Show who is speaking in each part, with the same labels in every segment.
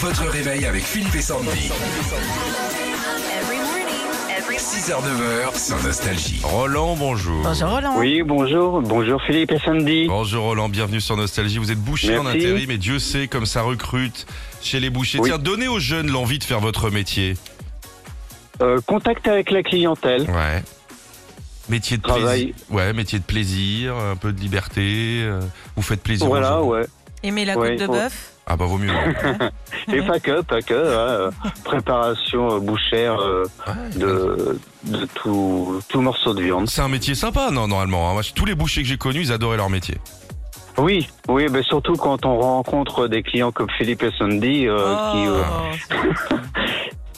Speaker 1: Votre réveil avec Philippe et Sandy. 6h-9h sur Nostalgie.
Speaker 2: Roland, bonjour.
Speaker 3: Bonjour Roland.
Speaker 4: Oui, bonjour. Bonjour Philippe et Sandy.
Speaker 2: Bonjour Roland, bienvenue sur Nostalgie. Vous êtes boucher en
Speaker 4: Merci.
Speaker 2: intérim mais Dieu sait comme ça recrute chez les bouchers.
Speaker 4: Oui.
Speaker 2: Tiens, donnez aux jeunes l'envie de faire votre métier.
Speaker 4: Euh, contact avec la clientèle.
Speaker 2: Ouais. Métier de
Speaker 4: Travail.
Speaker 2: plaisir. Ouais, métier de plaisir, un peu de liberté. euh, Vous faites plaisir. aux
Speaker 4: Voilà,
Speaker 2: gens.
Speaker 4: ouais.
Speaker 3: Aimer la
Speaker 4: Ouais,
Speaker 3: côte de
Speaker 4: faut-
Speaker 3: bœuf.
Speaker 2: Ah bah vaut mieux.
Speaker 4: Et pas que, pas que. hein, euh, préparation euh, bouchère euh, de, de tout, tout morceau de viande.
Speaker 2: C'est un métier sympa, non normalement. hein. Moi, Tous les bouchers que j'ai connus, ils adoraient leur métier.
Speaker 4: Oui, oui, mais surtout quand on rencontre des clients comme Philippe et Sandy euh, qui, euh,
Speaker 2: Ah. Moi-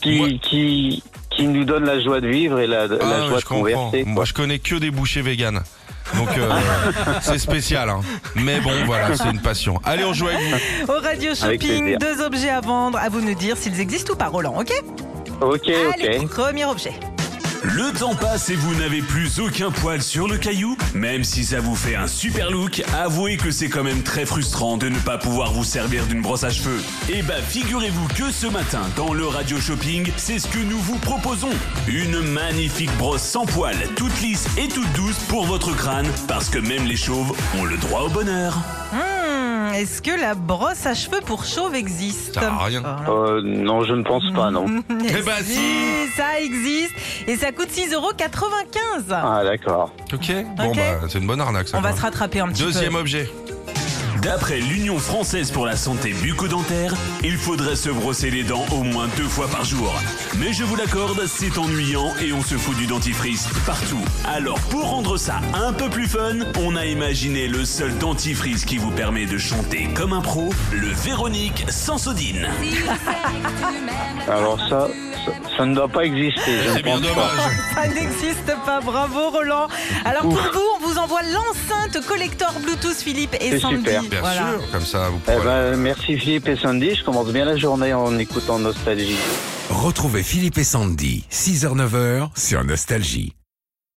Speaker 4: qui, qui, qui nous donnent la joie de vivre et la, la
Speaker 2: Ah,
Speaker 4: joie
Speaker 2: je
Speaker 4: de
Speaker 2: comprends.
Speaker 4: converser.
Speaker 2: Moi, je connais que des bouchers véganes. Donc euh, c'est spécial, hein. mais bon voilà, c'est une passion. Allez, on joue avec vous.
Speaker 3: Oh. Au radio
Speaker 4: Avec
Speaker 3: shopping,
Speaker 4: plaisir.
Speaker 3: deux objets à vendre. À vous de nous dire s'ils existent ou pas, Roland, ok
Speaker 4: Ok,
Speaker 3: Allez,
Speaker 4: ok.
Speaker 3: premier objet.
Speaker 5: Le temps passe et vous n'avez plus aucun poil sur le caillou Même si ça vous fait un super look, avouez que c'est quand même très frustrant de ne pas pouvoir vous servir d'une brosse à cheveux. Eh bah figurez-vous que ce matin, dans le radio shopping, c'est ce que nous vous proposons. Une magnifique brosse sans poil, toute lisse et toute douce pour votre crâne, parce que même les chauves ont le droit au bonheur.
Speaker 3: Hmm, Est-ce que la brosse à cheveux pour chauve existe
Speaker 2: Ça sert à rien.
Speaker 3: Roland.
Speaker 4: Euh, non, je ne pense pas, non.
Speaker 2: Eh ben, si.
Speaker 3: Ça existe et ça coûte 6,95 euros.
Speaker 4: Ah, d'accord.
Speaker 2: Ok. Bon
Speaker 3: Ok.
Speaker 2: bah c'est une bonne arnaque. Ça,
Speaker 3: On va
Speaker 2: quoi.
Speaker 3: se rattraper un petit
Speaker 2: Deuxième
Speaker 3: peu.
Speaker 2: objet.
Speaker 5: D'après l'Union française pour la santé bucco-dentaire, il faudrait se brosser les dents au moins deux fois par jour. Mais je vous l'accorde, c'est ennuyant et on se fout du dentifrice partout. Alors pour rendre ça un peu plus fun, on a imaginé le seul dentifrice qui vous permet de chanter comme un pro, le Véronique Sansodine.
Speaker 4: Alors ça, ça, ça ne doit pas exister, je ne
Speaker 2: C'est bien
Speaker 4: pense pas.
Speaker 2: dommage.
Speaker 3: Ça n'existe pas, bravo Roland. Alors pour vous, on vous envoie l'enceinte collector Bluetooth Philippe et
Speaker 4: C'est
Speaker 3: Sandy.
Speaker 4: super.
Speaker 2: Bien
Speaker 3: Voilà.
Speaker 2: sûr. Comme ça vous
Speaker 4: Eh
Speaker 2: pourrez.
Speaker 4: ben, merci Philippe et Sandy. Je commence bien la journée en écoutant Nostalgie.
Speaker 1: Retrouvez Philippe et Sandy, 6h-9h sur Nostalgie.